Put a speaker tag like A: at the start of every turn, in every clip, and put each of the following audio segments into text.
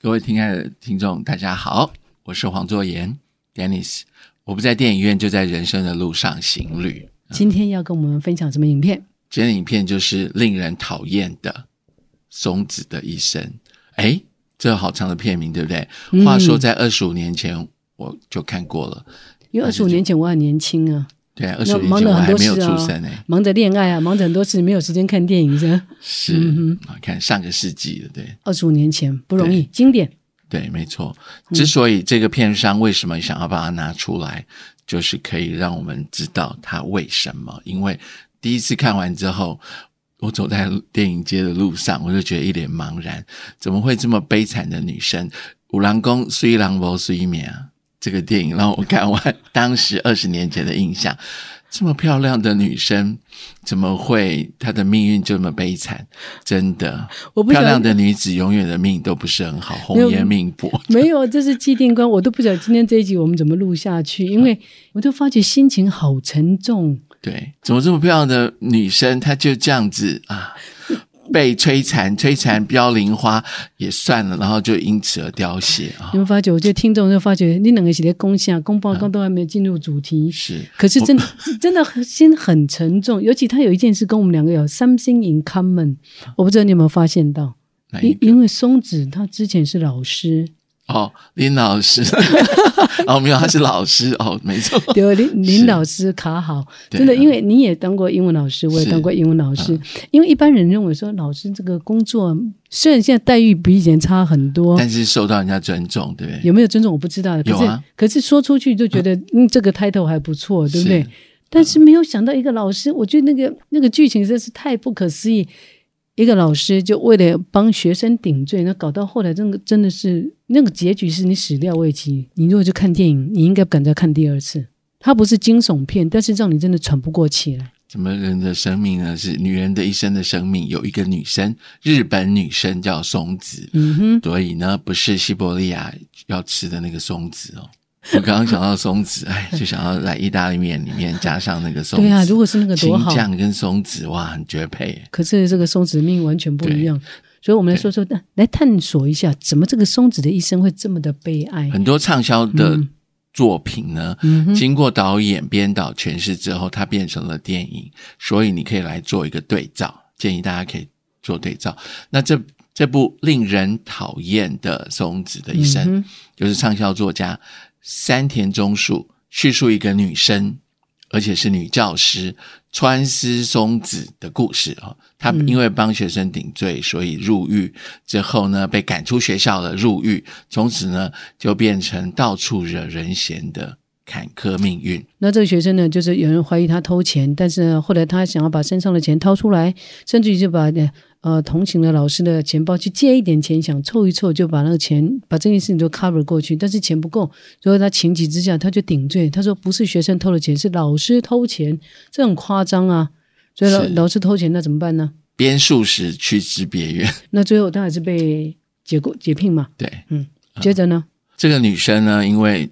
A: 各位亲爱的听众，大家好，我是黄作言 Dennis。我不在电影院，就在人生的路上行旅。
B: 今天要跟我们分享什么影片？
A: 今天的影片就是令人讨厌的松子的一生。哎，这好长的片名，对不对？
B: 嗯
A: 话说在二十五年前我就看过了，
B: 因为二十五年前我很年轻啊，
A: 对，二十五年
B: 忙
A: 前
B: 了
A: 我还
B: 很多
A: 没有
B: 事
A: 出
B: 啊
A: 生呢、
B: 忙着恋爱啊，忙着很多事，没有时间看电影是吧？
A: 是
B: 嗯
A: 啊，看上个世纪的，对
B: 二十五年前不容易，经典。
A: 对，没错。
B: 嗯
A: 之所以这个片商为什么想要把它拿出来，就是可以让我们知道它为什么。因为第一次看完之后，我走在电影街的路上，我就觉得一脸茫然，怎么会这么悲惨的女生？五郎公虽郎博虽免啊，这个电影让我看完当时二十年前的印象。这么漂亮的女生，怎么会她的命运这么悲惨？真的，
B: 我不晓
A: 漂
B: 得
A: 亮的女子永远的命都不是很好，红颜命薄。
B: 没有，这是既定观，我都不晓得今天这一集我们怎么录下去，因为
A: 啊
B: 我就发觉心情好沉重。
A: 对，怎么这么漂亮的女生，她就这样子 啊，被摧残，摧残凋零花也算了，然后就因此而凋谢啊
B: 你。们发觉，我觉得听众就发觉你两个写的公下公报告都还没有进入主题，
A: 是，
B: 可是真的 真的很心很沉重。尤其他有一件事跟我们两个有 something in common，我不知道你有没有发现到，
A: 哪一
B: 因因为松子她之前是老师，
A: 哦，林老师， 哦，没有，他是老师哦，没错，
B: 对， 林林老师卡好，
A: 对嗯
B: 真的，因为你也当过英文老师，我也
A: 是
B: 当过英文老师。因为一般人认为说，老师这个工作虽然现在待遇比以前差很多，
A: 啊但是受到人家尊重，对不对？
B: 有没有尊重我不知道。可
A: 有
B: 是、
A: 啊
B: 可是说出去就觉得，嗯，这个 title 还不错，对不对
A: 是？
B: 但是没有想到一个老师，我觉得那个那个剧情真是太不可思议。一个老师就为了帮学生顶罪，那搞到后来，真的真的是那个结局是你始料未及。你如果去看电影，你应该不敢再看第二次。它不是惊悚片，但是让你真的喘不过气来。
A: 怎么人的生命呢？是女人的一生的生命，有一个女生，日本女生叫松子，
B: 嗯哼，
A: 所以呢，不是西伯利亚要吃的那个松子哦。 我刚刚想到松子，哎，就想要来意大利面里面加上那个松子。
B: 对啊，如果是那个多好
A: 青。酱跟松子，哇，很绝配。
B: 可是这个松子的命完全不一样，所以我们来说说，那来探索一下，怎么这个松子的一生会这么的悲哀？
A: 很多畅销的
B: 嗯
A: 作品呢，
B: 嗯哼，
A: 经过导演、编导诠释之后，它变成了电影，所以你可以来做一个对照，建议大家可以做对照。那这这部令人讨厌的松子的一生，
B: 嗯哼
A: 就是畅销作家山田忠树叙述一个女生，而且是女教师川丝松子的故事啊。她
B: 嗯
A: 因为帮学生顶罪，所以入狱之后呢，被赶出学校了，入狱，从此呢就变成到处惹人嫌的坎坷命运。
B: 那这个学生呢，就是有人怀疑他偷钱，但是呢，后来他想要把身上的钱掏出来，甚至于就把呃同行的老师的钱包去借一点钱，想凑一凑，就把那个钱把这件事情都 cover 过去，但是钱不够，所以他情急之下他就顶罪，他说不是学生偷了钱，是老师偷钱，这很夸张啊！所以老
A: 是
B: 老师偷钱，那怎么办呢？
A: 编述时趋之别远，
B: 那最后他还是被解雇解聘嘛。
A: 对。
B: 接着呢，
A: 这个女生呢，因为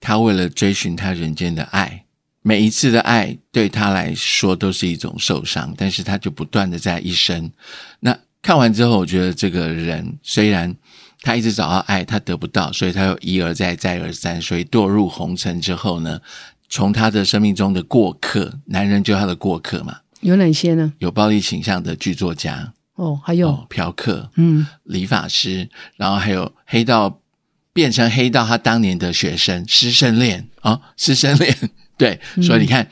A: 她为了追寻她人间的爱，每一次的爱对她来说都是一种受伤，但是她就不断的在一生。那看完之后，我觉得这个人虽然她一直找到爱，她得不到，所以她又一而再、再而三，所以堕入红尘之后呢，从她的生命中的过客，男人就是她的过客嘛，
B: 有哪些呢？
A: 有暴力倾向的剧作家，
B: 哦，还有，
A: 哦，嫖客，
B: 嗯，
A: 理发师，然后还有黑道变成黑道他当年的学生师生恋啊、师生恋，对，
B: 嗯
A: 所以你看，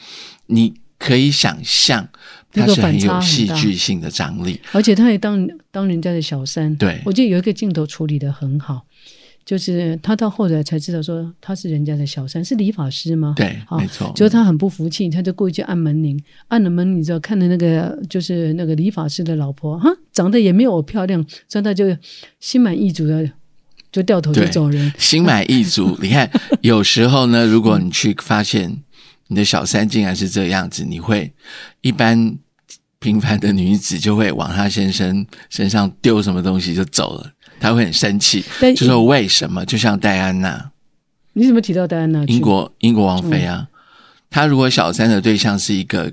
A: 你可以想象它
B: 那个
A: 是很有
B: 反差
A: 戏
B: 很大哦
A: 剧性的张力，
B: 而且他也当当人家的小三。
A: 对
B: 我，记得有一个镜头处理的很好，就是他到后来才知道说他是人家的小三，是理发师吗？
A: 对，
B: 好
A: 没错，
B: 就是他很不服气，他就故意去按门铃，按了门铃之后，看着那个就是那个理发师的老婆，哈，长得也没有我漂亮，所以他就心满意足的就掉头就
A: 对
B: 走人。
A: 心满意足。你 看，有时候呢，如
B: 嗯
A: 果你去发现你的小三竟然是这样子，你会一般平凡的女子就会往她先生身上丢什么东西就走了，她会很生气，
B: 但
A: 就说为什么？就像戴安娜。
B: 你怎么提到戴安娜去？
A: 英国英国王妃
B: 嗯
A: 啊， 她如果小三的对象是一个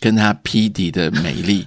A: 跟她匹敌的美丽，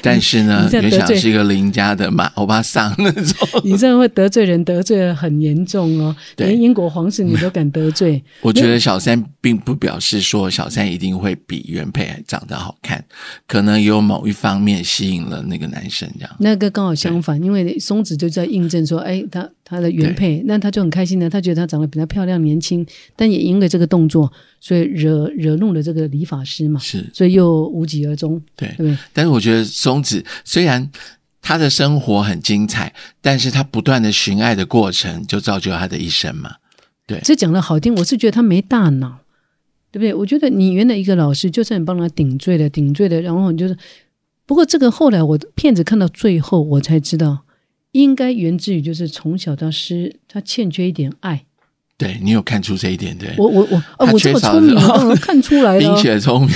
A: 但是呢
B: 你，这样
A: 原
B: 得
A: 想
B: 罪
A: 是一个邻家的马欧巴桑那 种，
B: 你这样会得罪人，得罪的很严重哦。
A: 对嗯
B: 连英国皇室你都敢得罪，
A: 我觉得小三并不表示说小三一定会比原配还长得好看，可能有某一方面吸引了那个男生这样。
B: 那个刚好相反，因为松子就在印证说，哎，他他的原配，那他就很开心的，他觉得他长得比较漂亮、年轻，但也因为这个动作，所以惹惹怒了这个理发师嘛，
A: 是
B: 所以又无疾而终，
A: 对
B: 对，不对？
A: 但是我觉得松子虽然她的生活很精彩，但是她不断的寻爱的过程就造就她的一生嘛。
B: 这讲的好听，我是觉得他没大脑，对不对？我觉得你原来一个老师，就算你帮他顶罪了，顶罪了，然后你就是，不过这个后来我骗子看到最后，我才知道，应该源自于就是从小到失，他欠缺一点爱。
A: 对你有看出这一点对？
B: 我我我啊，
A: 他
B: 我这
A: 缺
B: 么
A: 少
B: 聪 明，
A: 的
B: 我
A: 时候
B: 当然看出来
A: 冰
B: 了，
A: 雪聪明，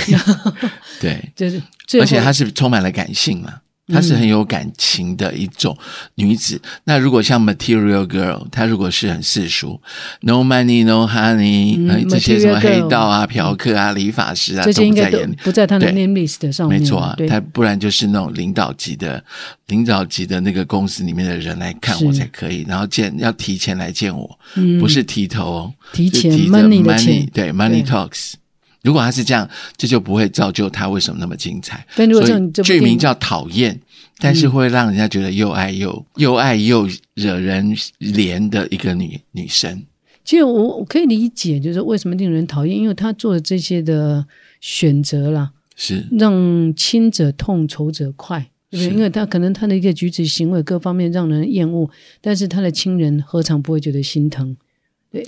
A: 对，
B: 就是哎最后嗯
A: 而且她是充满了感性嘛。她是很有感情的一种女子。那如果像 Material Girl，她如果是很世俗，No money, no honey，、
B: 嗯
A: 呃这些什么
B: Material
A: 黑
B: Girl
A: 道啊、嫖客啊、理发师啊，都
B: 这些应
A: 不
B: 该
A: 在
B: 都
A: 眼里。
B: 不在他的
A: 对
B: name list 上面，
A: 没错啊，
B: 对
A: 他不然就是那种领导级的、领导级的那个公司里面的人来看
B: 是
A: 我才可以，然后见要提前来见我，
B: 嗯
A: 不是提头哦，
B: 提
A: 是
B: 前
A: 提着
B: money 的
A: money
B: 钱
A: 对 money
B: 对
A: talks。如果他是这样，这就不会造就他为什么那么精彩。
B: 但如果
A: 所
B: 像
A: 以
B: 这部
A: 剧
B: 电
A: 名
B: 影
A: 叫《讨厌》，但是会让人家觉得又爱又又爱又惹人怜的一个女女生。
B: 其实我我可以理解，就是为什么令人讨厌，因为他做的这些的选择啦，
A: 是
B: 嗯让亲者痛，仇者快，对不
A: 是
B: 对？因为他可能他的一个举止行为各方面让人厌恶，但是他的亲人何尝不会觉得心疼？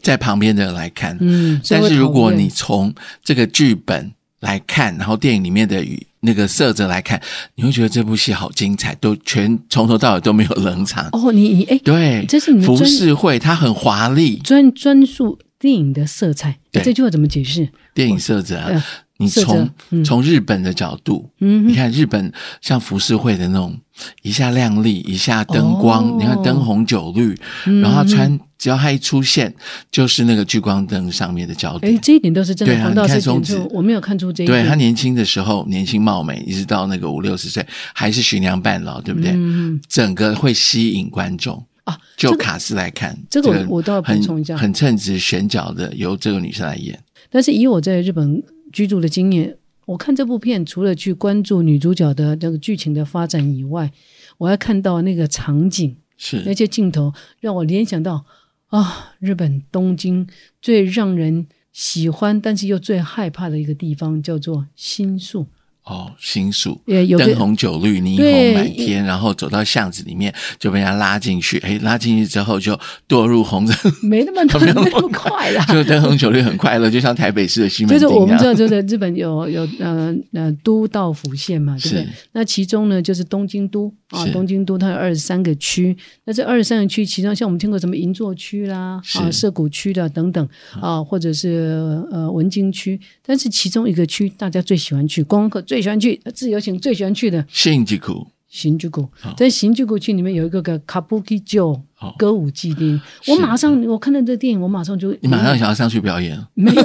A: 在旁边的人来看，
B: 嗯，所以
A: 但
B: 会
A: 是如果
B: 讨厌
A: 你从这个剧本来看，然后电影里面的语那个色泽来看，你会觉得这部戏好精彩，都全从头到尾都没有冷场。
B: 哦，你你哎，
A: 对，
B: 这是你的
A: 浮
B: 专
A: 世绘，它很华丽，
B: 专专注电影的色彩，哎
A: 对
B: 这句话怎么解释？
A: 电影色泽啊、
B: 呃
A: 你
B: 色泽
A: 从、
B: 嗯
A: 从日本的角度，
B: 嗯
A: 你
B: 哼，
A: 看日本像浮世绘的那种，一下亮丽，一下灯光，
B: 哦嗯
A: 你看灯红酒绿，然后他穿，只要他一出现，就是那个聚光灯上面的焦点
B: 哎，。这一点都是真的，
A: 对啊
B: 黄道
A: 你看
B: 是点
A: 松子
B: 出，我没有看出这一
A: 对
B: 点。
A: 他年轻的时候，年轻貌美，一直到那个五六十岁，还是徐娘半老，对不对？
B: 嗯
A: 整个会吸引观众。
B: 啊，
A: 就
B: 这个
A: 卡斯来看，
B: 这个我我倒要
A: 很
B: 补充一下
A: 很称职选角的由这个女生来演，
B: 但是以我在日本居住的经验，我看这部片除了去关注女主角的这个剧情的发展以外，我还看到那个场景那
A: 是
B: 些镜头，让我联想到啊，日本东京最让人喜欢，但是又最害怕的一个地方叫做新宿，
A: 哦，新宿。
B: 也有
A: 灯
B: 个
A: 红酒绿，霓虹
B: 对
A: 满天，然后走到巷子里面就被人家拉进去，哎，拉进去之后就堕入红尘，
B: 没那么
A: 没
B: 没
A: 有那么
B: 那么快啦。
A: 就灯红酒绿很快乐，就像台北市的西门
B: 就是
A: 町啊
B: 我们
A: 一
B: 知
A: 样。
B: 道，就是日本有有呃呃都道府县嘛，对不对
A: 是？
B: 那其中呢，就是东京都啊
A: 是，
B: 东京都它有二十三个区。那这二十三个区，其中像我们听过什么银座区啦、啊
A: 是嗯
B: 涩谷区的等等啊，或者是呃文京区，但是其中一个区大家最喜欢去，观光客最喜欢去，自由行最喜欢去的
A: 性吉苦
B: 新居谷。在新居谷区里面有一个个卡布基就
A: 哦
B: 歌舞伎町，我马上我看到这电影，我马上就
A: 你马上想要上去表演，
B: 没有，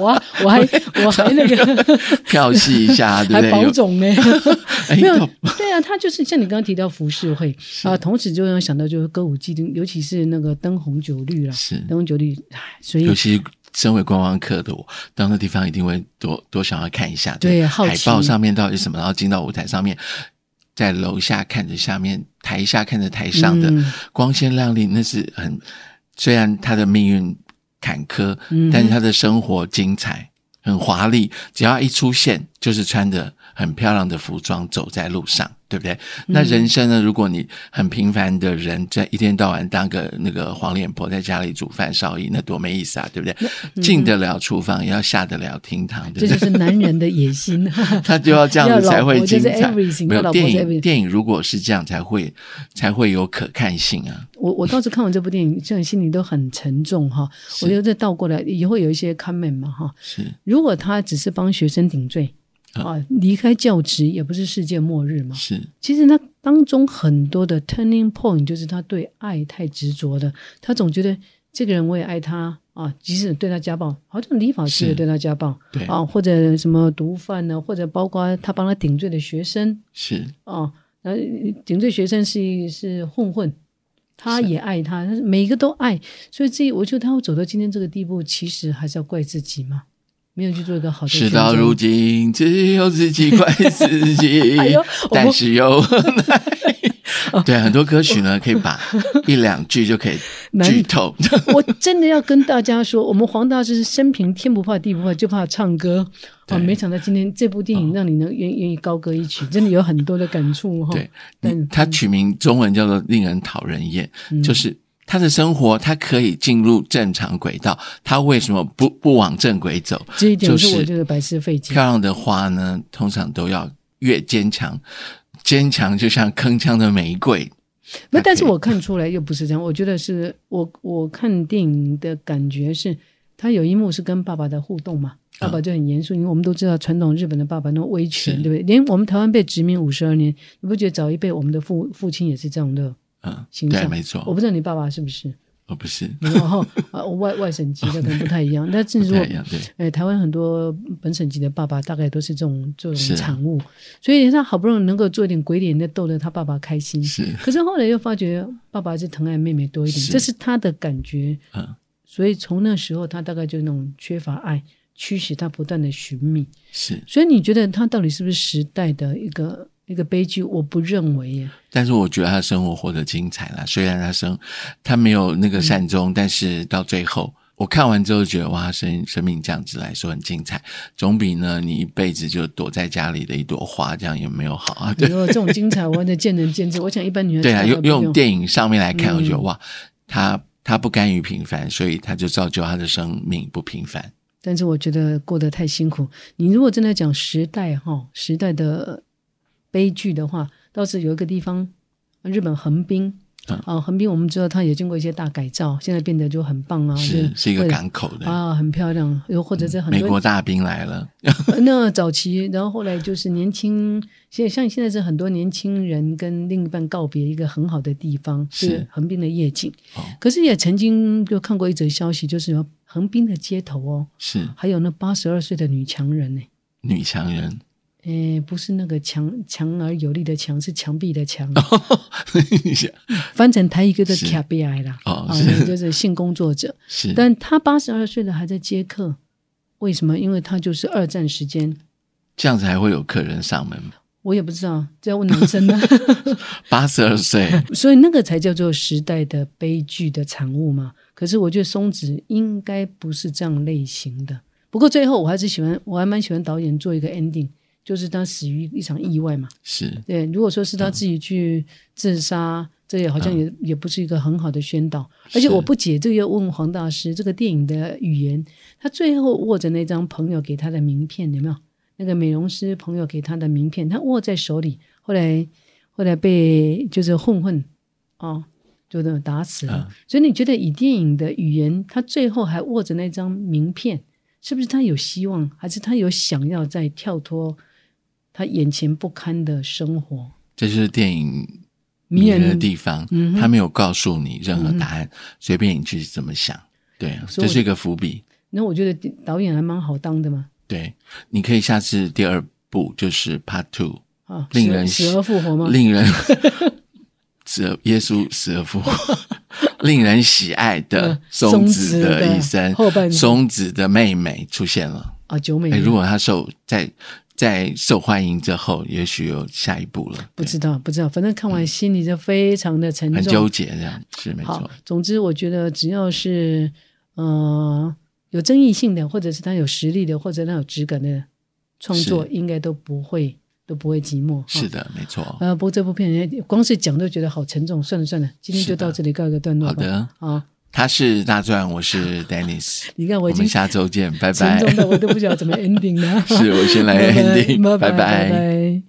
B: 我还我还我还那个
A: 跳戏一下，对不
B: 还
A: 对？
B: 保
A: 有
B: 种呢，
A: 哎，
B: 没有
A: 到，
B: 对啊，他就是像你刚刚提到浮世绘啊，同时就让我想到就是歌舞伎町，尤其是那个灯红酒绿啦，
A: 是
B: 灯红酒绿，唉所以
A: 尤其身为观光客的我，到那地方一定会多多想要看一下，
B: 对好
A: 海
B: 奇
A: 报上面到底是什么，然后进到舞台上面，在楼下看着下面，台下看着台上的、
B: 嗯
A: 光鲜亮丽，那是很虽然他的命运坎坷，
B: 嗯哼
A: 但是他的生活精彩。很华丽，只要一出现，就是穿着很漂亮的服装走在路上，对不对？
B: 嗯
A: 那人生呢？如果你很平凡的人，在一天到晚当个那个黄脸婆，在家里煮饭烧衣，那多没意思啊，对不
B: 嗯
A: 对？进得了厨房，也要下得了厅堂，对
B: 这
A: 不
B: 就
A: 对？
B: 是男人的野心。
A: 他就要 这样
B: 要
A: 子
B: 老
A: 才会
B: 婆就
A: 精
B: 是
A: 彩。
B: everything，
A: 没
B: 要
A: 有
B: 老婆
A: 电
B: 是
A: 影，
B: everything
A: 电影如果是这样，才会才会有可看性啊。
B: 我我倒是看完这部电影，现在心里都很沉重哈。我觉得这倒过来也会有一些 comment 嘛哈。
A: 是
B: 如果他只是帮学生顶罪啊，离开教职也不是世界末日嘛。
A: 是，
B: 其实那当中很多的 turning point 就是他对爱太执着了，他总觉得这个人我也爱他啊，即使对他家暴，好像李法师也
A: 是
B: 对他家暴
A: 对，
B: 啊，或者什么毒贩呢，或者包括他帮他顶罪的学生
A: 是
B: 啊，那顶罪学生是一是混混，他也爱他，但是每一个都爱，所以这我觉得他会走到今天这个地步，其实还是要怪自己嘛，没有去做一个好的
A: 事
B: 选
A: 到
B: 择。
A: 如今，只有自己怪自己
B: 哎呦我，哦
A: 但是 又 对很多歌曲呢，可以把一两句就可以
B: 难
A: 剧透。
B: 我真的要跟大家说，我们黄大师是生平天不怕地不怕，就怕唱歌啊、
A: 对
B: 没想到今天这部电影让你能愿愿意高歌一 曲，真的有很多的感触哈。
A: 对，你
B: 但
A: 他取名中文叫做“令人讨人厌”，
B: 嗯
A: 就是他的生活，他可以进入正常轨道，他为什么不不往正轨走？
B: 这一点
A: 就是
B: 我觉得百思费解。
A: 漂亮的花呢，通常都要越坚强，坚强就像铿锵的玫瑰。
B: 那
A: 它
B: 但是
A: 可以
B: 我看出来又不是这样，我觉得是我我看电影的感觉是，他有一幕是跟爸爸的互动嘛，爸爸就很严肃，因为我们都知道传统日本的爸爸那种威权，
A: 啊是
B: 对不对？连我们台湾被殖民五十二年，你不觉得早一辈我们的父父亲也是这样的？
A: 嗯，
B: 形
A: 对，
B: 象
A: 没
B: 我
A: 错，
B: 不知道你爸爸是不是？
A: 我不是
B: 然后啊，我外外省籍的可能不太一 样，但是
A: 不
B: 如果
A: 太一样，对，
B: 哎，台湾很多本省级的爸爸大概都是这种这
A: 是
B: 种产物，所以他好不容易能够做一点鬼脸，在逗得他爸爸 开心。
A: 是
B: 可是后来又发觉爸爸还是疼爱妹妹多一点，
A: 是
B: 这是他的感觉。
A: 嗯
B: 所以从那时候，他大概就那种缺乏爱，驱使他不断的寻觅。
A: 是。
B: 所以你觉得他到底是不是时代的一个一个悲剧？我不认 为耶。
A: 但是我觉得他生活活得精彩啦，虽然他生他没有那个善
B: 嗯
A: 终，但是到最后我看完之后觉得哇，生生命这样子来说很精彩，总比呢你一辈子就躲在家里的一朵花这样也没有好啊。
B: 你
A: 对
B: 说这种精彩，我真的见仁见智。我想一般女孩子
A: 对啊，
B: 大概
A: 用
B: 不用
A: 用电影上面来看，
B: 嗯
A: 我觉得哇，他他不甘于平凡，所以他就造就他的生命不平凡。
B: 但是我觉得过得太辛苦。你如果真的讲时代哈，时代的悲剧的话，倒是有一个地方，日本横滨
A: 嗯
B: 啊、横滨我们知道它也经过一些大改造，现在变得就很棒啊，
A: 是
B: 就是
A: 一个
B: 为了
A: 港口的，
B: 啊，很漂亮，又或者是很
A: 美
B: 多
A: 国大兵来了，
B: 呃那早期，然后后来就是年轻，现在像现在是很多年轻人跟另一半告别一个很好的地方，
A: 是
B: 是横滨的夜景。
A: 哦
B: 可是也曾经就看过一则消息，就是有横滨的街头哦，
A: 是
B: 还有那八十二岁的女强人呢、
A: 女强人，
B: 诶，不是那个强强而有力的强，是墙壁的墙，翻成台语叫做
A: 哦是
B: KBI 啦，
A: 哦
B: 啊
A: 是
B: 就是性工作者。
A: 是
B: 但他八十二岁了还在接客，为什么？因为他就是二战时间，
A: 这样子还会有客人上门吗？
B: 我也不知道，这要问男 生呢。
A: 八十二岁，
B: 所以那个才叫做时代的悲剧的产物嘛。可是我觉得松子应该不是这样类型的。不过最后我还是喜欢，我还蛮喜欢导演做一个 ending，就是他死于一场意外嘛。
A: 是嗯
B: 对，如果说是他自己去自杀，这也好像也、也不是一个很好的宣导。而且
A: 是
B: 我不解，这个要问黄大师，这个电影的语言，他最后握着那张朋友给他的名片，有没有？那个美容师朋友给他的名片，他握在手里，后来后来被就是混混哦，就是打死了。
A: 嗯
B: 所以你觉得以电影的语言，他最后还握着那张名片，是不是他有希望，还是他有想要再跳脱他眼前不堪的生活？
A: 这就是电影迷
B: 迷人
A: 人的地方，
B: 嗯哼嗯
A: 他没有告诉你任何答案，随便你去怎么想。对啊，
B: 所以
A: 这
B: 我
A: 是一个伏笔。
B: 那我觉得导演还蛮好当的嘛，
A: 对，你可以下次第二部就是 Part Two，
B: 啊，
A: 令人
B: 死死而复活嘛，
A: 令人 死而耶稣死而复活，令人喜爱的
B: 嗯
A: 松子
B: 松子
A: 的
B: 的
A: 一生，
B: 后半生
A: 松子的妹妹出现了。
B: 啊，九美
A: 哎，
B: 人，
A: 如果她受在在受欢迎之后，也许有下一步了，
B: 不知道不知道，反正看完心里就非常的沉
A: 嗯很
B: 重
A: 纠。结这样，是没
B: 好
A: 错，，
B: 总之我觉得只要是呃有争议性的，或者是他有实力的，或者他有质感的创作，
A: 是
B: 应该都不会都不会寂寞。
A: 是
B: 的。
A: 的，没错。
B: 呃，不过这部片光是讲都觉得好沉重，算了算了，今天
A: 是
B: 就
A: 的
B: 到这里告一个段落
A: 好
B: 吧。
A: 的，
B: 好，
A: 他是大壮，我是 Dennis，
B: 啊你看
A: 我
B: 我已经
A: 们下周见，拜
B: 沉
A: 拜。
B: 重到我都不晓得怎么 ending 了。
A: 是我先来 ending，拜
B: 拜
A: 拜
B: 拜拜。